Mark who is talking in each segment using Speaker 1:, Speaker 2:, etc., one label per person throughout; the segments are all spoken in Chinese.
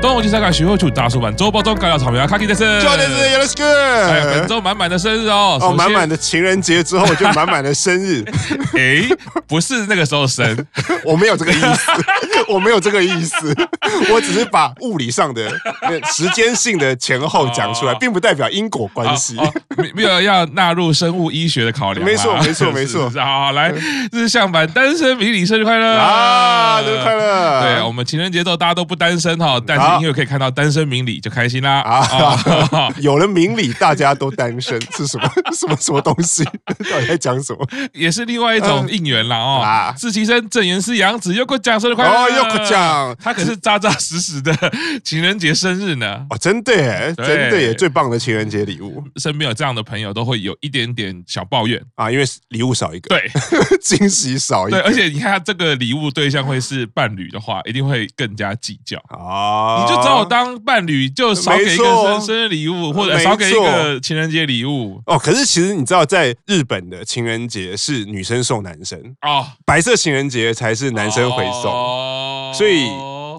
Speaker 1: 东欧竞赛改学会处大叔版周报中改了草莓啊，卡基的是，
Speaker 2: 教练是 y e l s g
Speaker 1: 哎，本周满满的生日哦，
Speaker 2: 哦，满满
Speaker 1: 的，
Speaker 2: 的情人节之后就满满 的生日，
Speaker 1: 哎，不是那个时候 生，
Speaker 2: 我没有这个意思， 我没有这个意思，我只是把物理上的、那时间性的前后讲出来，
Speaker 1: 哦
Speaker 2: 并不代表因果关系。
Speaker 1: 哦哦没没有要纳入生物医学的考量啦，
Speaker 2: 没错没错
Speaker 1: 是
Speaker 2: 没错
Speaker 1: 是是好，好来日向版单身迷你生日快乐
Speaker 2: 啊，生日快！乐！嗯
Speaker 1: 对我们情人节之后大家都不单身哈，但
Speaker 2: 好
Speaker 1: 是因为可以看到单身迷你就开心啦
Speaker 2: 啊
Speaker 1: 啊！，
Speaker 2: 有了明理，大家都单身，是什么 什么什么东西？ 到底在讲什么？
Speaker 1: 也是另外一种应援啦
Speaker 2: 啊
Speaker 1: 哦。实习生郑言师杨子又过奖生日快乐，
Speaker 2: 哦又过奖
Speaker 1: 他可是扎扎实实 的情人节生日呢。
Speaker 2: 哦，真的耶，
Speaker 1: 对
Speaker 2: 真的耶，最棒的情人节礼物
Speaker 1: 身边有这样的朋友，都会有一点点小抱 怨。
Speaker 2: 啊，因为礼物少一个，
Speaker 1: 对
Speaker 2: 惊喜少一
Speaker 1: 对，
Speaker 2: 个
Speaker 1: 而且你看他这个礼物对象会是伴侣的话，一定会更加计较。
Speaker 2: 啊
Speaker 1: 你就找我当伴侣，就少给一
Speaker 2: 没
Speaker 1: 个
Speaker 2: 错呃
Speaker 1: 生生日礼物，或者
Speaker 2: 没
Speaker 1: 少给一
Speaker 2: 错
Speaker 1: 个情人节礼物
Speaker 2: 哦，可是其实你知道，在日本的情人节是女生送男生，
Speaker 1: 哦，
Speaker 2: 白色情人节才是男生回送，
Speaker 1: 送
Speaker 2: 所以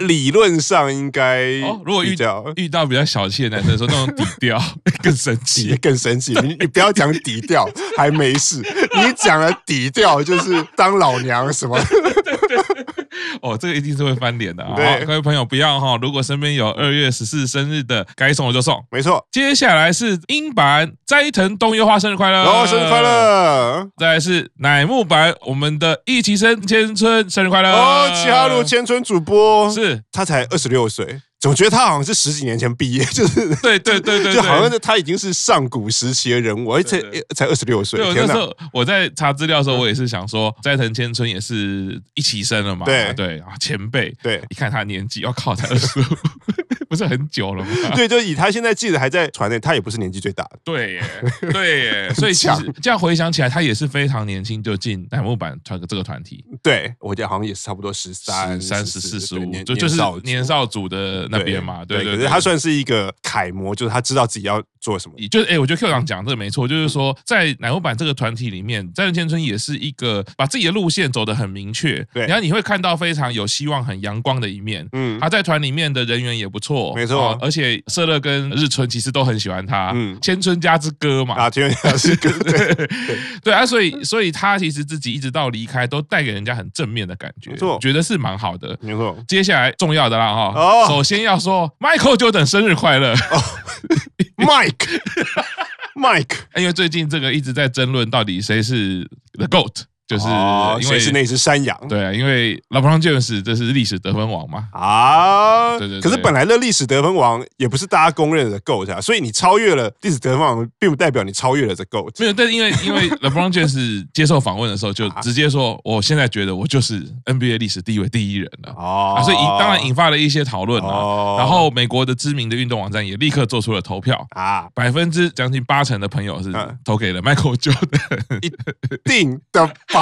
Speaker 2: 理论上应该
Speaker 1: 哦，如果遇
Speaker 2: 比较
Speaker 1: 哦遇到比较小气的男生，说那种低 调更神
Speaker 2: 底
Speaker 1: 奇。
Speaker 2: 更神奇。你你不要讲底调，还没事，你讲了底调就是当老娘什么
Speaker 1: 哦，这个一定是会翻脸的啊！
Speaker 2: 对
Speaker 1: 好各位朋友不要哈，如果身边有二月十四生日的，该送我就送。
Speaker 2: 没错。
Speaker 1: 接下来是英版斋藤东优花生日快乐，
Speaker 2: 然后哦生日快！乐！
Speaker 1: 再来是乃木坂，我们的一期生千春生日快乐
Speaker 2: 哦，齐哈鲁千春主播，
Speaker 1: 是，
Speaker 2: 他才二十六岁，总觉得他好像是十几年前毕业， 就是
Speaker 1: 对对对对，
Speaker 2: 就好像
Speaker 1: 对
Speaker 2: 是他已经是上古时期的人物，而且
Speaker 1: 对
Speaker 2: 才二十六岁
Speaker 1: 对，我，那
Speaker 2: 天
Speaker 1: 时
Speaker 2: 哪！
Speaker 1: 候我在查资料的时候，我也是想说，斋藤千春也是一期生了嘛，
Speaker 2: 对
Speaker 1: 对啊，前辈，
Speaker 2: 对
Speaker 1: 一看他年纪，我靠，才二十五， 不是很久了吗？
Speaker 2: 对，就以他现在记得还在船内，他也不是年纪最大的，
Speaker 1: 对耶，对耶，所以其实这样回想起来，他也是非常年轻就进乃木坂团这个团体，
Speaker 2: 对我记得好像也是差不多十三、
Speaker 1: 三十四十
Speaker 2: 对
Speaker 1: 五，
Speaker 2: 年
Speaker 1: 就就是
Speaker 2: 少族
Speaker 1: 年少组的那边嘛，对对。
Speaker 2: 可是他算是一个楷模，就是他知道自己要做什么。
Speaker 1: 也就是哎、我觉得 Q 长讲这个没错，
Speaker 2: 嗯
Speaker 1: 就是说在奶油版这个团体里面，战千春也是一个把自己的路线走得很明确，
Speaker 2: 对
Speaker 1: 然后你会看到非常有希望、很阳光的一面。
Speaker 2: 嗯，
Speaker 1: 他在团里面的人缘也不错，
Speaker 2: 没错
Speaker 1: 哦而且社乐跟日春其实都很喜欢他，
Speaker 2: 嗯
Speaker 1: 千春家之歌 嘛，
Speaker 2: 啊，天哪，是个对，
Speaker 1: 对啊，所以所以他其实自己一直到离开，都带给人家很正面的感觉
Speaker 2: 没，错
Speaker 1: 觉得是蛮好的。
Speaker 2: 没错。
Speaker 1: 接下来重要的啦哈，
Speaker 2: 哦
Speaker 1: 首先要说 Michael Jordan 生日快乐，
Speaker 2: Mike，Mike，
Speaker 1: 因为最近这个一直在争论到底谁是 The Goat，就是
Speaker 2: 哦
Speaker 1: 因为、
Speaker 2: 谁是那只山羊？
Speaker 1: 对啊，因为 LeBron James 这是历史得分王嘛，
Speaker 2: 啊，
Speaker 1: 对对对
Speaker 2: 可是本来的历史得分王也不是大家公认的 GOAT 啊，所以你超越了历史得分王，并不代表你超越了这 GOAT。
Speaker 1: 没有，但是因 为因为 LeBron James 接受访问的时候
Speaker 2: 啊
Speaker 1: 就直接说，我现在觉得我就是 NBA 历史地位第一人了。
Speaker 2: 哦
Speaker 1: 啊，所以引当然引发了一些讨论
Speaker 2: 哦
Speaker 1: 啊。然后美国的知名的运动网站也立刻做出了投票，
Speaker 2: 啊，
Speaker 1: 百分之将近八成的朋友是
Speaker 2: 嗯
Speaker 1: 投给了 Michael Jordan。
Speaker 2: 定的吧？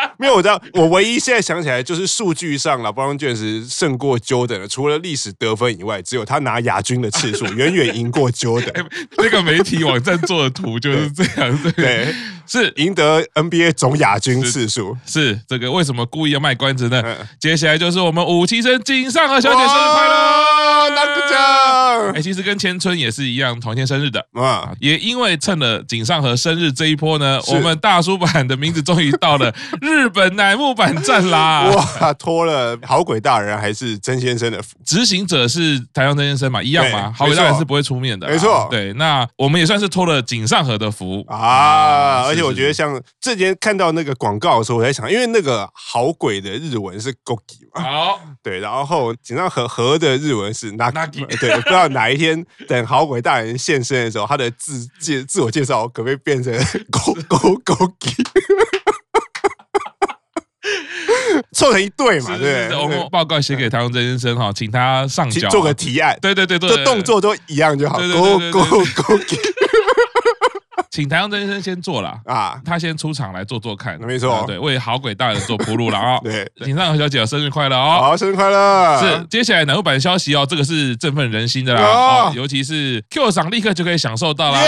Speaker 2: 没有，我知道，我唯一现在想起来就是数据上了，布朗确实胜过 Jordan 了，除了历史得分以外，只有他拿亚军的 次数远远赢过 Jordan，
Speaker 1: 那个媒体网站做的图就是这样， 对
Speaker 2: 对，
Speaker 1: 是
Speaker 2: 赢得 NBA 总亚军次数。
Speaker 1: 是这个为什么故意要卖关子呢
Speaker 2: 嗯？
Speaker 1: 接下来就是我们五期生井上和小姐生日快乐。
Speaker 2: 哇！拿个奖
Speaker 1: 哎，其实跟千春也是一样，同一天生日的。
Speaker 2: 啊！
Speaker 1: 也因为趁了井上和生日这一波呢，
Speaker 2: 是
Speaker 1: 我们大叔版的名字终于到了日本乃木坂站啦！
Speaker 2: 哇，托了好鬼大人还是曾先生的福，
Speaker 1: 执行者是台湾真先生嘛，一样嘛，
Speaker 2: 对
Speaker 1: 好
Speaker 2: 没
Speaker 1: 伟
Speaker 2: 错
Speaker 1: 大人是不会出面的啦，啊
Speaker 2: 没错
Speaker 1: 对，那我们也算是托了井上和的福
Speaker 2: 啊！而且我觉得
Speaker 1: 得
Speaker 2: 像这天看到那个广告的时候，我在想，因为那个好鬼的日文是 gogi 嘛，
Speaker 1: 好，
Speaker 2: 对，然后井上和和的日文是 nagi，
Speaker 1: Nagi
Speaker 2: 对，不知道哪一天等好鬼大人现身的时候，他的自介自我介绍可不可以变成 go go gogi？凑成一对嘛，
Speaker 1: 是
Speaker 2: 对
Speaker 1: 是是，
Speaker 2: 不对
Speaker 1: 我们报告写给台湾真先生哈，请他上
Speaker 2: 请
Speaker 1: 缴啊
Speaker 2: 做个提案，
Speaker 1: 对对对对，
Speaker 2: 这动作都一样就好
Speaker 1: 对对
Speaker 2: ，go
Speaker 1: 对对
Speaker 2: go go。
Speaker 1: 请台上真先生先做啦，
Speaker 2: 啊，
Speaker 1: 他先出场来做做看，
Speaker 2: 没错！
Speaker 1: 啊对，为好鬼大人做铺路了啊
Speaker 2: 对，
Speaker 1: 请上小姐生日快乐哦！
Speaker 2: 好，生日快乐！
Speaker 1: 是，接下来南部版消息哦，这个是振奋人心的啦，
Speaker 2: 哦
Speaker 1: 哦、尤其是 Q 赏立刻就可以享受到啦。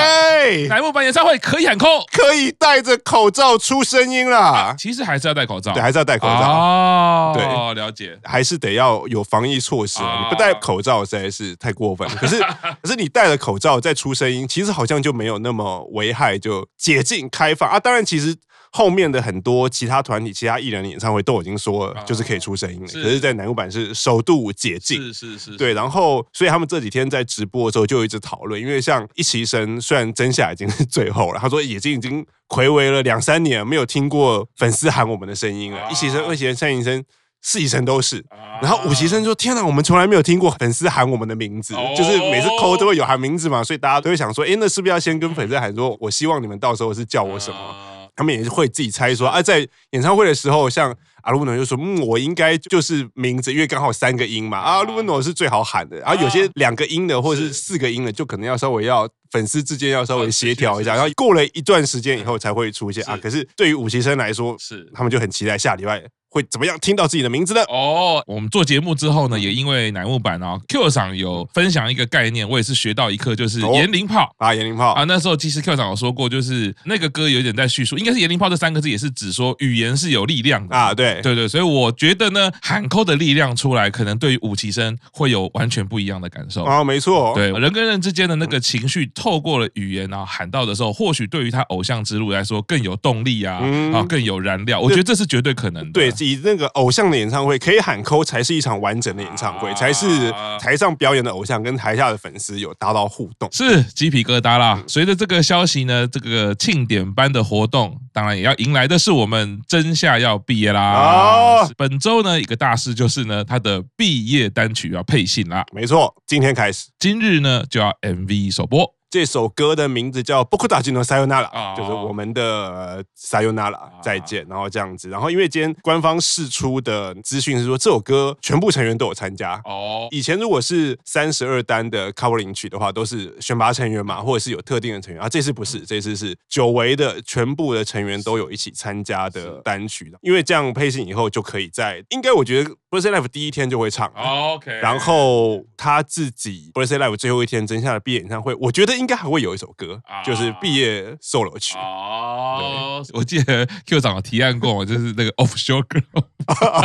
Speaker 2: 耶，
Speaker 1: 南部版演唱会可以喊扣，
Speaker 2: 可以戴着口罩出声音啦。
Speaker 1: 其实还是要戴口罩，
Speaker 2: 对，还是要戴口罩，
Speaker 1: 哦，
Speaker 2: 对
Speaker 1: 了解。
Speaker 2: 还是得要有防疫措施。
Speaker 1: 啊
Speaker 2: 你不戴口罩实在是太过 分了。可是，可是你戴了口罩再出声音，其实好像就没有那么危害，就解禁开放啊。当然，其实。后面的很多其他团体、其他艺人的演唱会都已经说了，
Speaker 1: 啊
Speaker 2: 就是可以出声音了。
Speaker 1: 是
Speaker 2: 可是，在南国版是首度解禁，
Speaker 1: 是是是，
Speaker 2: 对，然后所以他们这几天在直播的时候就一直讨论，因为像一齐生，虽然真夏已经是最后了，他说已经已经暌违了两三年没有听过粉丝喊我们的声音了，一齐生、
Speaker 1: 啊
Speaker 2: 二齐生、三齐生、四齐生都是。
Speaker 1: 啊，
Speaker 2: 然后五齐生说：“天哪，我们从来没有听过粉丝喊我们的名字，
Speaker 1: 哦
Speaker 2: 就是每次扣都会有喊名字嘛，所以大家都会想说，哎，那是不是要先跟粉丝喊说，我希望你们到时候是叫我什么？
Speaker 1: 么？
Speaker 2: 他们也会自己猜说啊，在演唱会的时候，像阿鲁诺就说，嗯，我应该就是名字，因为刚好三个音嘛，啊，阿鲁诺是最好喊的，
Speaker 1: 啊
Speaker 2: 然后有些两个音的或者是
Speaker 1: 是
Speaker 2: 四个音的，就可能要稍微要粉丝之间要稍微
Speaker 1: 啊
Speaker 2: 协调一下，
Speaker 1: 是是是
Speaker 2: 然后过了一段时间以后才会出现
Speaker 1: 是
Speaker 2: 啊。可是对于武其生来说，
Speaker 1: 是
Speaker 2: 他们就很期待下礼拜会怎么样听到自己的名字呢？
Speaker 1: 哦，我们做节目之后
Speaker 2: 嗯
Speaker 1: 呢，也因为乃木坂哦，Q 赏有分享一个概念，我也是学到一课，就是
Speaker 2: 哦
Speaker 1: 言灵炮。
Speaker 2: 啊，严灵炮
Speaker 1: 啊，那时候其实 Q 长有说过，就是那个歌有点在叙述，应该是“言灵炮”这三个字，也是指说语言是有力量的
Speaker 2: 啊，对，
Speaker 1: 对对，所以我觉得呢，喊扣的力量出来，可能对于武其生会有完全不一样的感受。
Speaker 2: 啊，没错，
Speaker 1: 对，人跟人之间的那个情绪，透过了语言然后喊到的时候，或许对于他偶像之路来说更有动力啊，
Speaker 2: 嗯
Speaker 1: 啊更有燃料。我觉得这是绝对可能的。
Speaker 2: 对，以那个偶像的演唱会，可以喊扣才是一场完整的演唱会，
Speaker 1: 啊
Speaker 2: 才是台上表演的偶像跟台下的粉丝有达到互动。
Speaker 1: 是鸡皮疙瘩啦！随着这个消息呢，这个庆典班的活动，当然也要迎来的是我们真夏要毕业啦。
Speaker 2: 哦
Speaker 1: 本周呢，一个大事就是呢，他的毕业单曲要配信啦。
Speaker 2: 没错，今天开始，
Speaker 1: 今日呢就要 MV 首播，
Speaker 2: 这首歌的名字叫《b o k u d a j i no Sayonara》，
Speaker 1: 哦
Speaker 2: 就是我们的《Sayonara》再
Speaker 1: 啊
Speaker 2: 见，然后这样子。然后因为今天官方释出的资讯是说，这首歌全部成员都有参加。
Speaker 1: 哦，
Speaker 2: 以前如果是三十二单的 covering 曲的话，都是选拔成员嘛，或者是有特定的成员啊。这次不是，
Speaker 1: 嗯
Speaker 2: 这次是久违的，全部的成员都有一起参加的单曲，因为这样配信以后就可以在，应该我觉得 b r s e Life 第一天就会唱。
Speaker 1: OK，
Speaker 2: 然后他自己 b r s e Live 最后一天真相的毕业演唱会，我觉得应该还会有一首歌，
Speaker 1: 啊
Speaker 2: 就是毕业 solo 曲。
Speaker 1: 哦，我记得 Q 长有提案过，就是那个 Offshore Girl，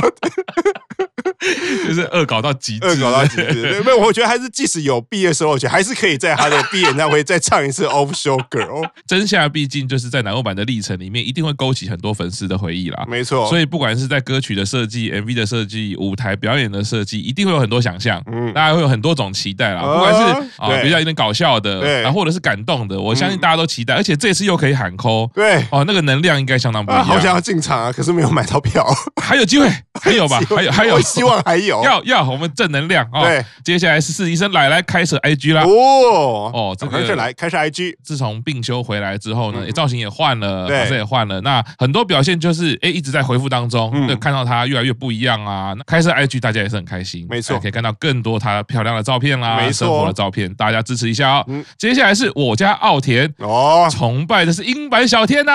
Speaker 1: 就是恶搞到极致，
Speaker 2: 恶搞到极致，对，没有，我觉得还是即使有毕业 solo 曲，还是可以在他的毕业演唱会再唱一次 Offshore Girl。
Speaker 1: 真夏毕竟就是在南欧版的历程里面，一定会勾起很多粉丝的回忆啦。
Speaker 2: 没错，
Speaker 1: 所以不管是在歌曲的设计、MV 的设计、舞台表演的设计，一定会有很多想象，
Speaker 2: 嗯
Speaker 1: 大家会有很多种期待啦。
Speaker 2: 哦
Speaker 1: 不管是啊
Speaker 2: 对
Speaker 1: 比较有点搞笑的，啊
Speaker 2: 对嗯
Speaker 1: 然后或者是感动的，我相信大家都期待。而且这次又可以喊抠，
Speaker 2: 对。
Speaker 1: 哦，那个能量应该相当不一
Speaker 2: 啊，
Speaker 1: 样。
Speaker 2: 好想要进场啊，可是没有买到票。
Speaker 1: 还有 机会，还有吧，还有还有
Speaker 2: 我希望还有。
Speaker 1: 要要我们正能量哦。
Speaker 2: 对，
Speaker 1: 接下来是四医生奶奶开始 IG 啦。
Speaker 2: 哦
Speaker 1: 哦这个
Speaker 2: 赶快来开始 IG
Speaker 1: 自从病休回来之后呢，
Speaker 2: 嗯
Speaker 1: 诶造型也换了，
Speaker 2: 对
Speaker 1: 发色也换了，那很多表现就是哎一直在回复当中，
Speaker 2: 嗯
Speaker 1: 对，看到她越来越不一样啊。那开设 IG 大家也是很开心，
Speaker 2: 没错
Speaker 1: 哎可以看到更多她漂亮的照片啦，
Speaker 2: 没错
Speaker 1: 生活的照片，大家支持一下哦。
Speaker 2: 嗯
Speaker 1: 接下来是我家奥田。
Speaker 2: 哦，
Speaker 1: 崇拜的是英版小天呐、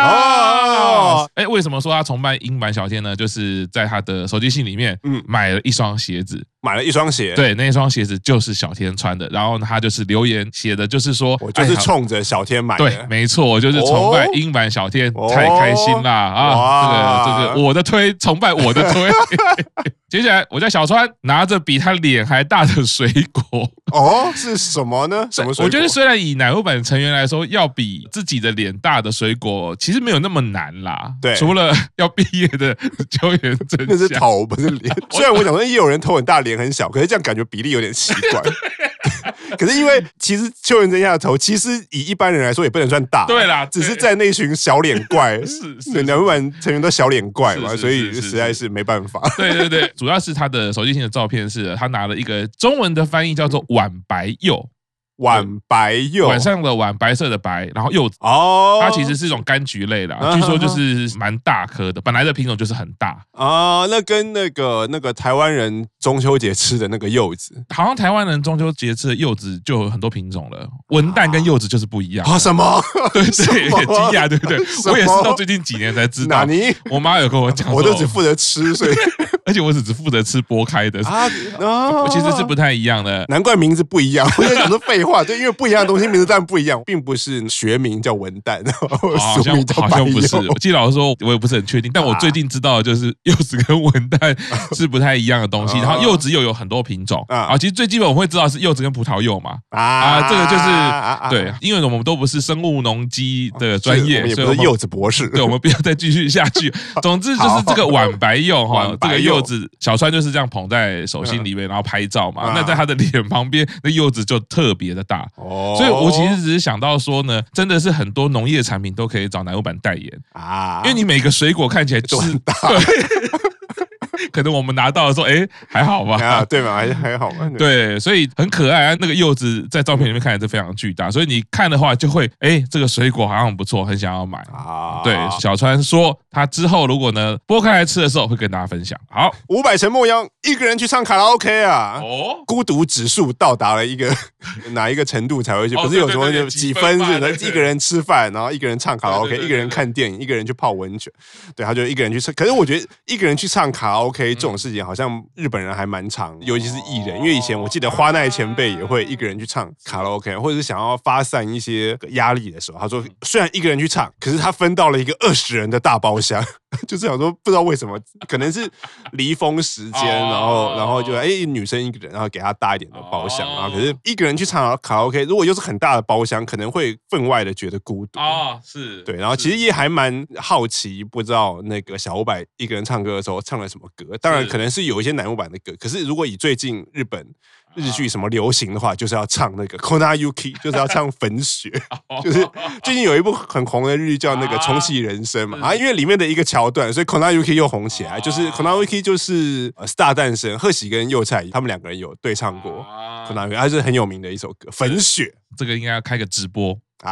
Speaker 2: 哦
Speaker 1: 哎、为什么说他崇拜英版小天呢？就是在他的手机信里面，
Speaker 2: 嗯
Speaker 1: 嗯，买了一双鞋子，
Speaker 2: 买了一双鞋，，
Speaker 1: 对，那双鞋子就是小天穿的。然后呢他就是留言写的，就是说，
Speaker 2: 我就是
Speaker 1: 哎好
Speaker 2: 冲着小天买的。
Speaker 1: 对，没错，我就是崇拜
Speaker 2: 哦
Speaker 1: 英版小天，
Speaker 2: 哦
Speaker 1: 太开心啦啊！这
Speaker 2: 哇
Speaker 1: 个这个，我的推崇拜我的 推。接下来，我家小川拿着比他脸还大的水果，
Speaker 2: 哦，是什么呢？什么水果？
Speaker 1: 我觉得虽然以奶油版成员来说，要比自己的脸大的水果，其实没有那么难啦。
Speaker 2: 对
Speaker 1: 除了要毕业的球员
Speaker 2: 那是
Speaker 1: 真相，
Speaker 2: 头，不 是脸。虽然我想说，哎也有人头很大，脸很小，可是这样感觉比例有点奇 怪。可是因为其实邱元真下的头，其实以一般人来说也不能算大，
Speaker 1: 对啦
Speaker 2: 只是
Speaker 1: 对
Speaker 2: 在那群小脸怪，
Speaker 1: 是是
Speaker 2: 对，
Speaker 1: 是
Speaker 2: 南版成员都小脸怪嘛，
Speaker 1: 是是
Speaker 2: 所以
Speaker 1: 是是
Speaker 2: 实在
Speaker 1: 是
Speaker 2: 是没办法。
Speaker 1: 对对 对，主要是他的手机型的照片是他拿了一个中文的翻译叫做“晚白柚”。
Speaker 2: 晚白柚，
Speaker 1: 晚上的晚，白色的白，然后柚子，
Speaker 2: 哦，
Speaker 1: 它其实是一种柑橘类啦，
Speaker 2: 啊
Speaker 1: 据说就是蛮大颗的，本来的品种就是很大，
Speaker 2: 啊，那跟那个那个台湾人中秋节吃的那个柚子
Speaker 1: 好像台湾人中秋节吃的柚子就有很多品种了，文旦跟柚子就是不一样。
Speaker 2: 啊， 什么？
Speaker 1: 对对，
Speaker 2: 么
Speaker 1: 很惊讶，对不对
Speaker 2: 什？么
Speaker 1: 我也是到最近几年才知
Speaker 2: 哪
Speaker 1: 道。
Speaker 2: 尼？
Speaker 1: 我妈有跟我讲说，
Speaker 2: 我都只负责吃，所以
Speaker 1: 而且我只只负责吃剥开的，
Speaker 2: 啊啊
Speaker 1: 我其实是不太一样的。
Speaker 2: 难怪名字不一样， 我在讲说废话，就因为不一样的东西名字当然不一样，并不是学名叫文旦， 然后
Speaker 1: 哦好
Speaker 2: 俗
Speaker 1: 像
Speaker 2: 名叫
Speaker 1: 好
Speaker 2: 白啊
Speaker 1: 像不是，
Speaker 2: 柚
Speaker 1: 我记得老师说，我也不是很确定。但我最近知道的就是柚子跟文 旦是不太一样的东西，
Speaker 2: 啊
Speaker 1: 然后柚子又有很多品种
Speaker 2: 啊
Speaker 1: 啊。其实最基本我会知道是柚子跟葡萄柚嘛，
Speaker 2: 啊
Speaker 1: 啊，这个就是
Speaker 2: 啊
Speaker 1: 对，因为我们都不是生物农机的专
Speaker 2: 是我
Speaker 1: 业，
Speaker 2: 们也
Speaker 1: 所以
Speaker 2: 不
Speaker 1: 我
Speaker 2: 是
Speaker 1: 们
Speaker 2: 柚子博士，
Speaker 1: 对，我们不要再继续下 去。总之就是这个晚白柚哈
Speaker 2: 晚，
Speaker 1: 这
Speaker 2: 白
Speaker 1: 个
Speaker 2: 柚
Speaker 1: 柚子小川就是这样捧在手心里面，然后拍照嘛
Speaker 2: 啊。
Speaker 1: 那在他的脸旁边，那柚子就特别的大。
Speaker 2: 哦
Speaker 1: 所以我其实只是想到说呢，真的是很多农业产品都可以找奶油版代言，
Speaker 2: 啊，
Speaker 1: 因为你每个水果看起来就是 大。对可能我们拿到的时候，哎，还好
Speaker 2: 啊，
Speaker 1: 吧。
Speaker 2: 对嘛，还还好嘛，
Speaker 1: 对，所以很可爱啊。那个柚子在照片里面看起来是非常巨大，所以你看的话就会，哎，这个水果好像很不错，很想要买。
Speaker 2: 啊，
Speaker 1: 对，小川说他之后如果呢剥开来吃的时候会跟大家分享。好
Speaker 2: 五百乘莫央一个人去唱卡拉 OK 啊。
Speaker 1: 哦，
Speaker 2: 孤独指数到达了一个 哪一个程度才会去？
Speaker 1: 哦
Speaker 2: 不是有什么
Speaker 1: 对对对
Speaker 2: 几
Speaker 1: 几
Speaker 2: 分
Speaker 1: 分嘛
Speaker 2: 是的，
Speaker 1: 对对
Speaker 2: 一个人吃饭，然后一个人唱卡拉 OK，
Speaker 1: 对对对
Speaker 2: 一个人看电影，一个人去泡温泉。对，他就一个人去唱。可是我觉得一个人去唱卡拉 OK 这种事情，好像日本人还蛮常，尤其是艺
Speaker 1: 哦
Speaker 2: 人，因为以前我记得花奈前辈也会一个人去唱卡拉 OK，或者是想要发散一些压力的时候，他说虽然一个人去唱，可是他分到了一个二十人的大包厢， 就是想说不知道为什么，可能是离峰时间，
Speaker 1: 哦
Speaker 2: 然后然后就哎女生一个人，然后给她大一点的包厢，
Speaker 1: 哦
Speaker 2: 然后可是一个人去唱卡拉 OK，如果又是很大的包厢，可能会分外的觉得孤独。
Speaker 1: 哦，是
Speaker 2: 对，然后其实也还蛮好奇，不知道那个小五百一个人唱歌的时候唱了什么歌。当然，
Speaker 1: 是
Speaker 2: 可能是有一些南五版的歌，可是如果以最近日本日
Speaker 1: 啊
Speaker 2: 剧什么流行的话，就是要唱那个 Kona Yuki，就是要唱粉雪。 就是 最近有一部很红的日剧叫那个
Speaker 1: 啊
Speaker 2: 《重启人生》嘛，
Speaker 1: 是
Speaker 2: 啊，因为里面的一个桥段，所以 Kona Yuki 又红起来。就是
Speaker 1: 啊
Speaker 2: Kona Yuki 就是呃 Star 诞生，贺喜跟佑菜他们两个人有对唱
Speaker 1: 啊
Speaker 2: 过 Kona Yuki，它是很有名的一首歌《粉雪
Speaker 1: 这个应该要开个直播》
Speaker 2: 啊。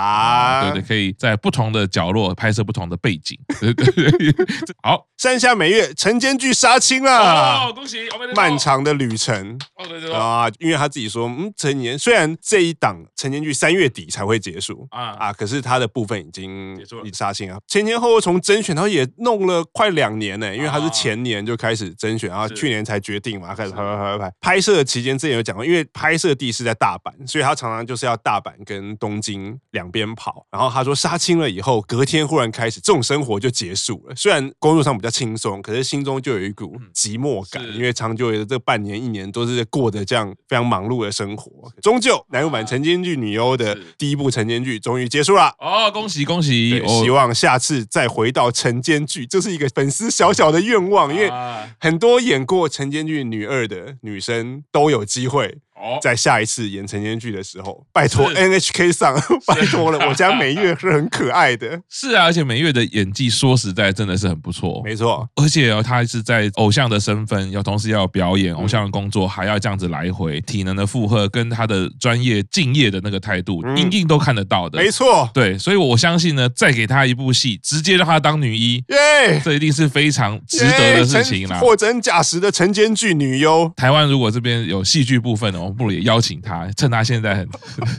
Speaker 1: 嗯对对，可以在不同的角落拍摄不同的背景。 对对对，好
Speaker 2: 山下美月晨间剧杀青啦。
Speaker 1: 哦，恭喜我们的
Speaker 2: 啊漫长的旅程
Speaker 1: 哦，对对对
Speaker 2: 啊，因为他自己说，嗯，陈年虽然这一档陈年剧三月底才会结束
Speaker 1: 啊，
Speaker 2: 啊，可是他的部分已经
Speaker 1: 结束了
Speaker 2: 已杀青啊，前前后后从甄选，他也弄了快两年呢、因为他是
Speaker 1: 啊
Speaker 2: 前年就开始甄选，然后
Speaker 1: 是
Speaker 2: 去年才决定嘛，开始
Speaker 1: 是
Speaker 2: 拍拍拍拍拍。拍摄期间之前有讲过，因为拍摄地是在大阪，所以他常常就是要大阪跟东京两边跑。然后他说杀青了以后，隔天忽然开始这种生活就结束了，虽然工作上比较轻松，可是心中就有一股寂寞感，
Speaker 1: 嗯是
Speaker 2: 因为长久以来这半年一年都是过着这样非常忙碌的生活。终究，南入版晨间剧女优的
Speaker 1: 是
Speaker 2: 第一部晨间剧终于结束了。
Speaker 1: 哦，恭喜恭喜，
Speaker 2: 对希望下次再回到晨间剧，这是一个粉丝小小的愿望，因为
Speaker 1: 啊
Speaker 2: 很多演过晨间剧女二的女生都有机会
Speaker 1: 哦
Speaker 2: 在下一次演晨间剧的时候，拜托
Speaker 1: 是
Speaker 2: NHK 上， 拜托了，我家美月是很可 爱的，
Speaker 1: 是啊，而且美月的演技说实在真的是很不错，
Speaker 2: 没错，
Speaker 1: 而且哦，他是在偶像的身份，要同时要有表
Speaker 2: 嗯
Speaker 1: 演偶像的工作，还要这样子来回，体能的负荷跟他的专业敬业的那个态度，
Speaker 2: 嗯
Speaker 1: 应应都看得到的。
Speaker 2: 没错，
Speaker 1: 对，所以我相信呢，再给他一部戏，直接让他当女一，
Speaker 2: 耶，
Speaker 1: 这一定是非常值得的事情啊
Speaker 2: 耶
Speaker 1: 啦
Speaker 2: 陈。货哎真价实的晨间剧女优。
Speaker 1: 台湾如果这边有戏剧部分呢，我们不如也邀请他，趁他现在很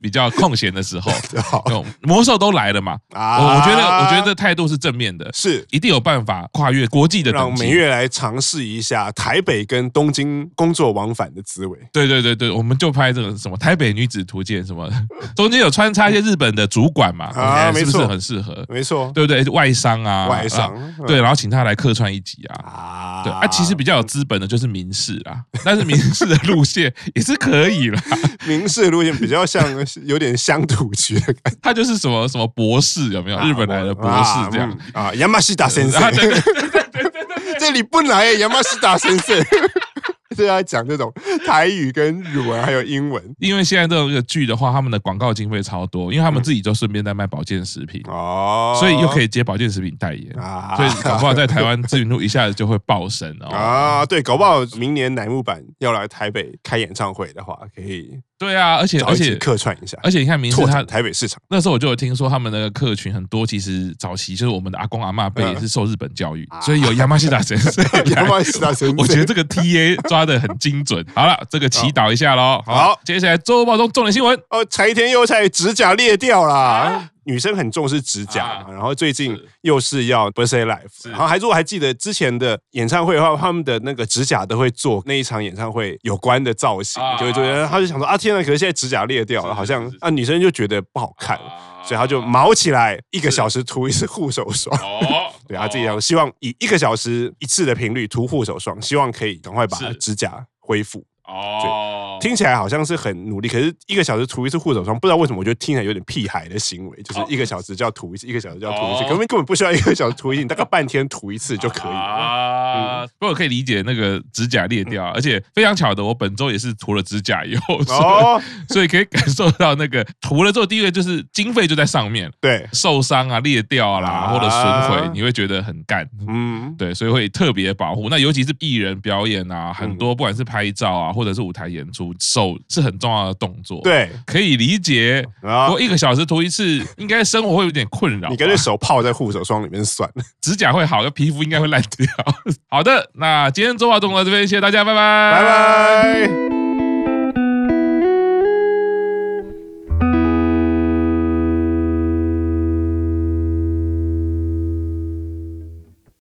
Speaker 1: 比较空闲的时 候，
Speaker 2: 好
Speaker 1: 那种魔兽都来了嘛，我
Speaker 2: 啊
Speaker 1: 哦我觉得我觉得态度是正面的，
Speaker 2: 是。
Speaker 1: 一定有办法跨越国际的
Speaker 2: 让
Speaker 1: 等级
Speaker 2: 美。月来尝试一下台北跟东京工作往返的滋味。
Speaker 1: 对对对对，我们就拍这个什么台北女子图鉴什么， 中间有穿插一些日本的主管嘛，
Speaker 2: 啊
Speaker 1: 我觉得是不
Speaker 2: 没
Speaker 1: 是
Speaker 2: 错
Speaker 1: 很适合？
Speaker 2: 没错，
Speaker 1: 对不对？外商啊，
Speaker 2: 外商
Speaker 1: 啊
Speaker 2: 嗯
Speaker 1: 对，然后请他来客串一集啊。
Speaker 2: 啊
Speaker 1: 对啊，其实比较有资本的就是民事啦， 但是民事的路线也是可以啦，
Speaker 2: 明式路线比较像有点乡土剧的感
Speaker 1: 他就是什么什么博士有没有？
Speaker 2: 觉，
Speaker 1: 日本来的博士这样
Speaker 2: 啊。嗯啊，亚马西达先生
Speaker 1: 啊， 对对
Speaker 2: 这里不来耶亚马 西达先生，对啊，讲这种台语跟日文还有英文
Speaker 1: 因为现在这个剧的话，他们的广告经费超多，因为他们自己就顺便在卖保健食品，
Speaker 2: 嗯哦，
Speaker 1: 所以又可
Speaker 2: 以
Speaker 1: 以接保健食品代言，
Speaker 2: 啊
Speaker 1: 所以搞不好在台湾知名度一下子就会爆 升哦。
Speaker 2: 啊，对，搞不好明年乃木坂要来台北开演唱会的话，可以
Speaker 1: 对啊，而且
Speaker 2: 找
Speaker 1: 而
Speaker 2: 一起
Speaker 1: 且
Speaker 2: 客串一下，
Speaker 1: 而且你看名次
Speaker 2: 拓
Speaker 1: 他
Speaker 2: 展。台北市场
Speaker 1: 那时候我就有听说，他们那个客群很多，其实早期就是我们的阿公阿嬷辈
Speaker 2: 嗯。
Speaker 1: 也是受日本教育，所以有亚麻西达神社
Speaker 2: 亚麻西达神社
Speaker 1: 我觉得这个 T A 抓的很精准。好了，这个祈祷一下喽。
Speaker 2: 好
Speaker 1: 接下来周报中重点新闻，
Speaker 2: 哦，柴田优菜指甲裂掉啦。女生很重视指甲嘛，
Speaker 1: 啊
Speaker 2: 然后最近
Speaker 1: 是
Speaker 2: 又是要 birthday life，
Speaker 1: 是
Speaker 2: 然后还如果还记得之前的演唱会的话，他们的那个指甲都会做那一场演唱会有关的造型，
Speaker 1: 啊
Speaker 2: 就会做。然后他就想说啊，天呐，可是现在指甲裂掉了，
Speaker 1: 是
Speaker 2: 好像
Speaker 1: 是是
Speaker 2: 啊女生就觉得不好看，
Speaker 1: 啊
Speaker 2: 所以他就毛起来，一个小时涂一次护手霜。
Speaker 1: 哦
Speaker 2: ，对他自己讲，希望以一个小时一次的频率涂护手霜，希望可以赶快把
Speaker 1: 是
Speaker 2: 指甲恢复。
Speaker 1: 哦，
Speaker 2: 听起来好像是很努力，可是一个小时涂一次护手霜，不知道为什么我觉得听起来有点屁孩的行为，就是
Speaker 1: 哦
Speaker 2: 一个小时就要涂一次，一个小时就要涂一次，
Speaker 1: 哦
Speaker 2: 根本根本不需要一个小时涂一次，你大概半天涂一次就可以了。
Speaker 1: 啊，不过我可以理解那个指甲裂掉，啊而且非常巧的，我本周也是涂了指甲油，所
Speaker 2: 哦，
Speaker 1: 以所以可以感受到那个涂了之后，第一个就是经费就在上面，
Speaker 2: 对，
Speaker 1: 受伤啊、裂掉啊啦，
Speaker 2: 啊
Speaker 1: 或者损毁，你会觉得很干。
Speaker 2: 嗯，
Speaker 1: 对，所以会特别保护。那尤其是艺人表演啊，
Speaker 2: 嗯
Speaker 1: 很多不管是拍照啊，或者是舞台演出，手是很重要的动作。，
Speaker 2: 对，
Speaker 1: 可以理解。
Speaker 2: 然
Speaker 1: 不
Speaker 2: 后
Speaker 1: 过一个小时涂一次，应该生活会有点困扰吧。
Speaker 2: 你干脆手泡在护手霜里面算了，
Speaker 1: 指甲会好，皮 哎肤应该会烂掉。好的，那今天周报动到这边，谢谢大家，拜拜，
Speaker 2: 拜。拜。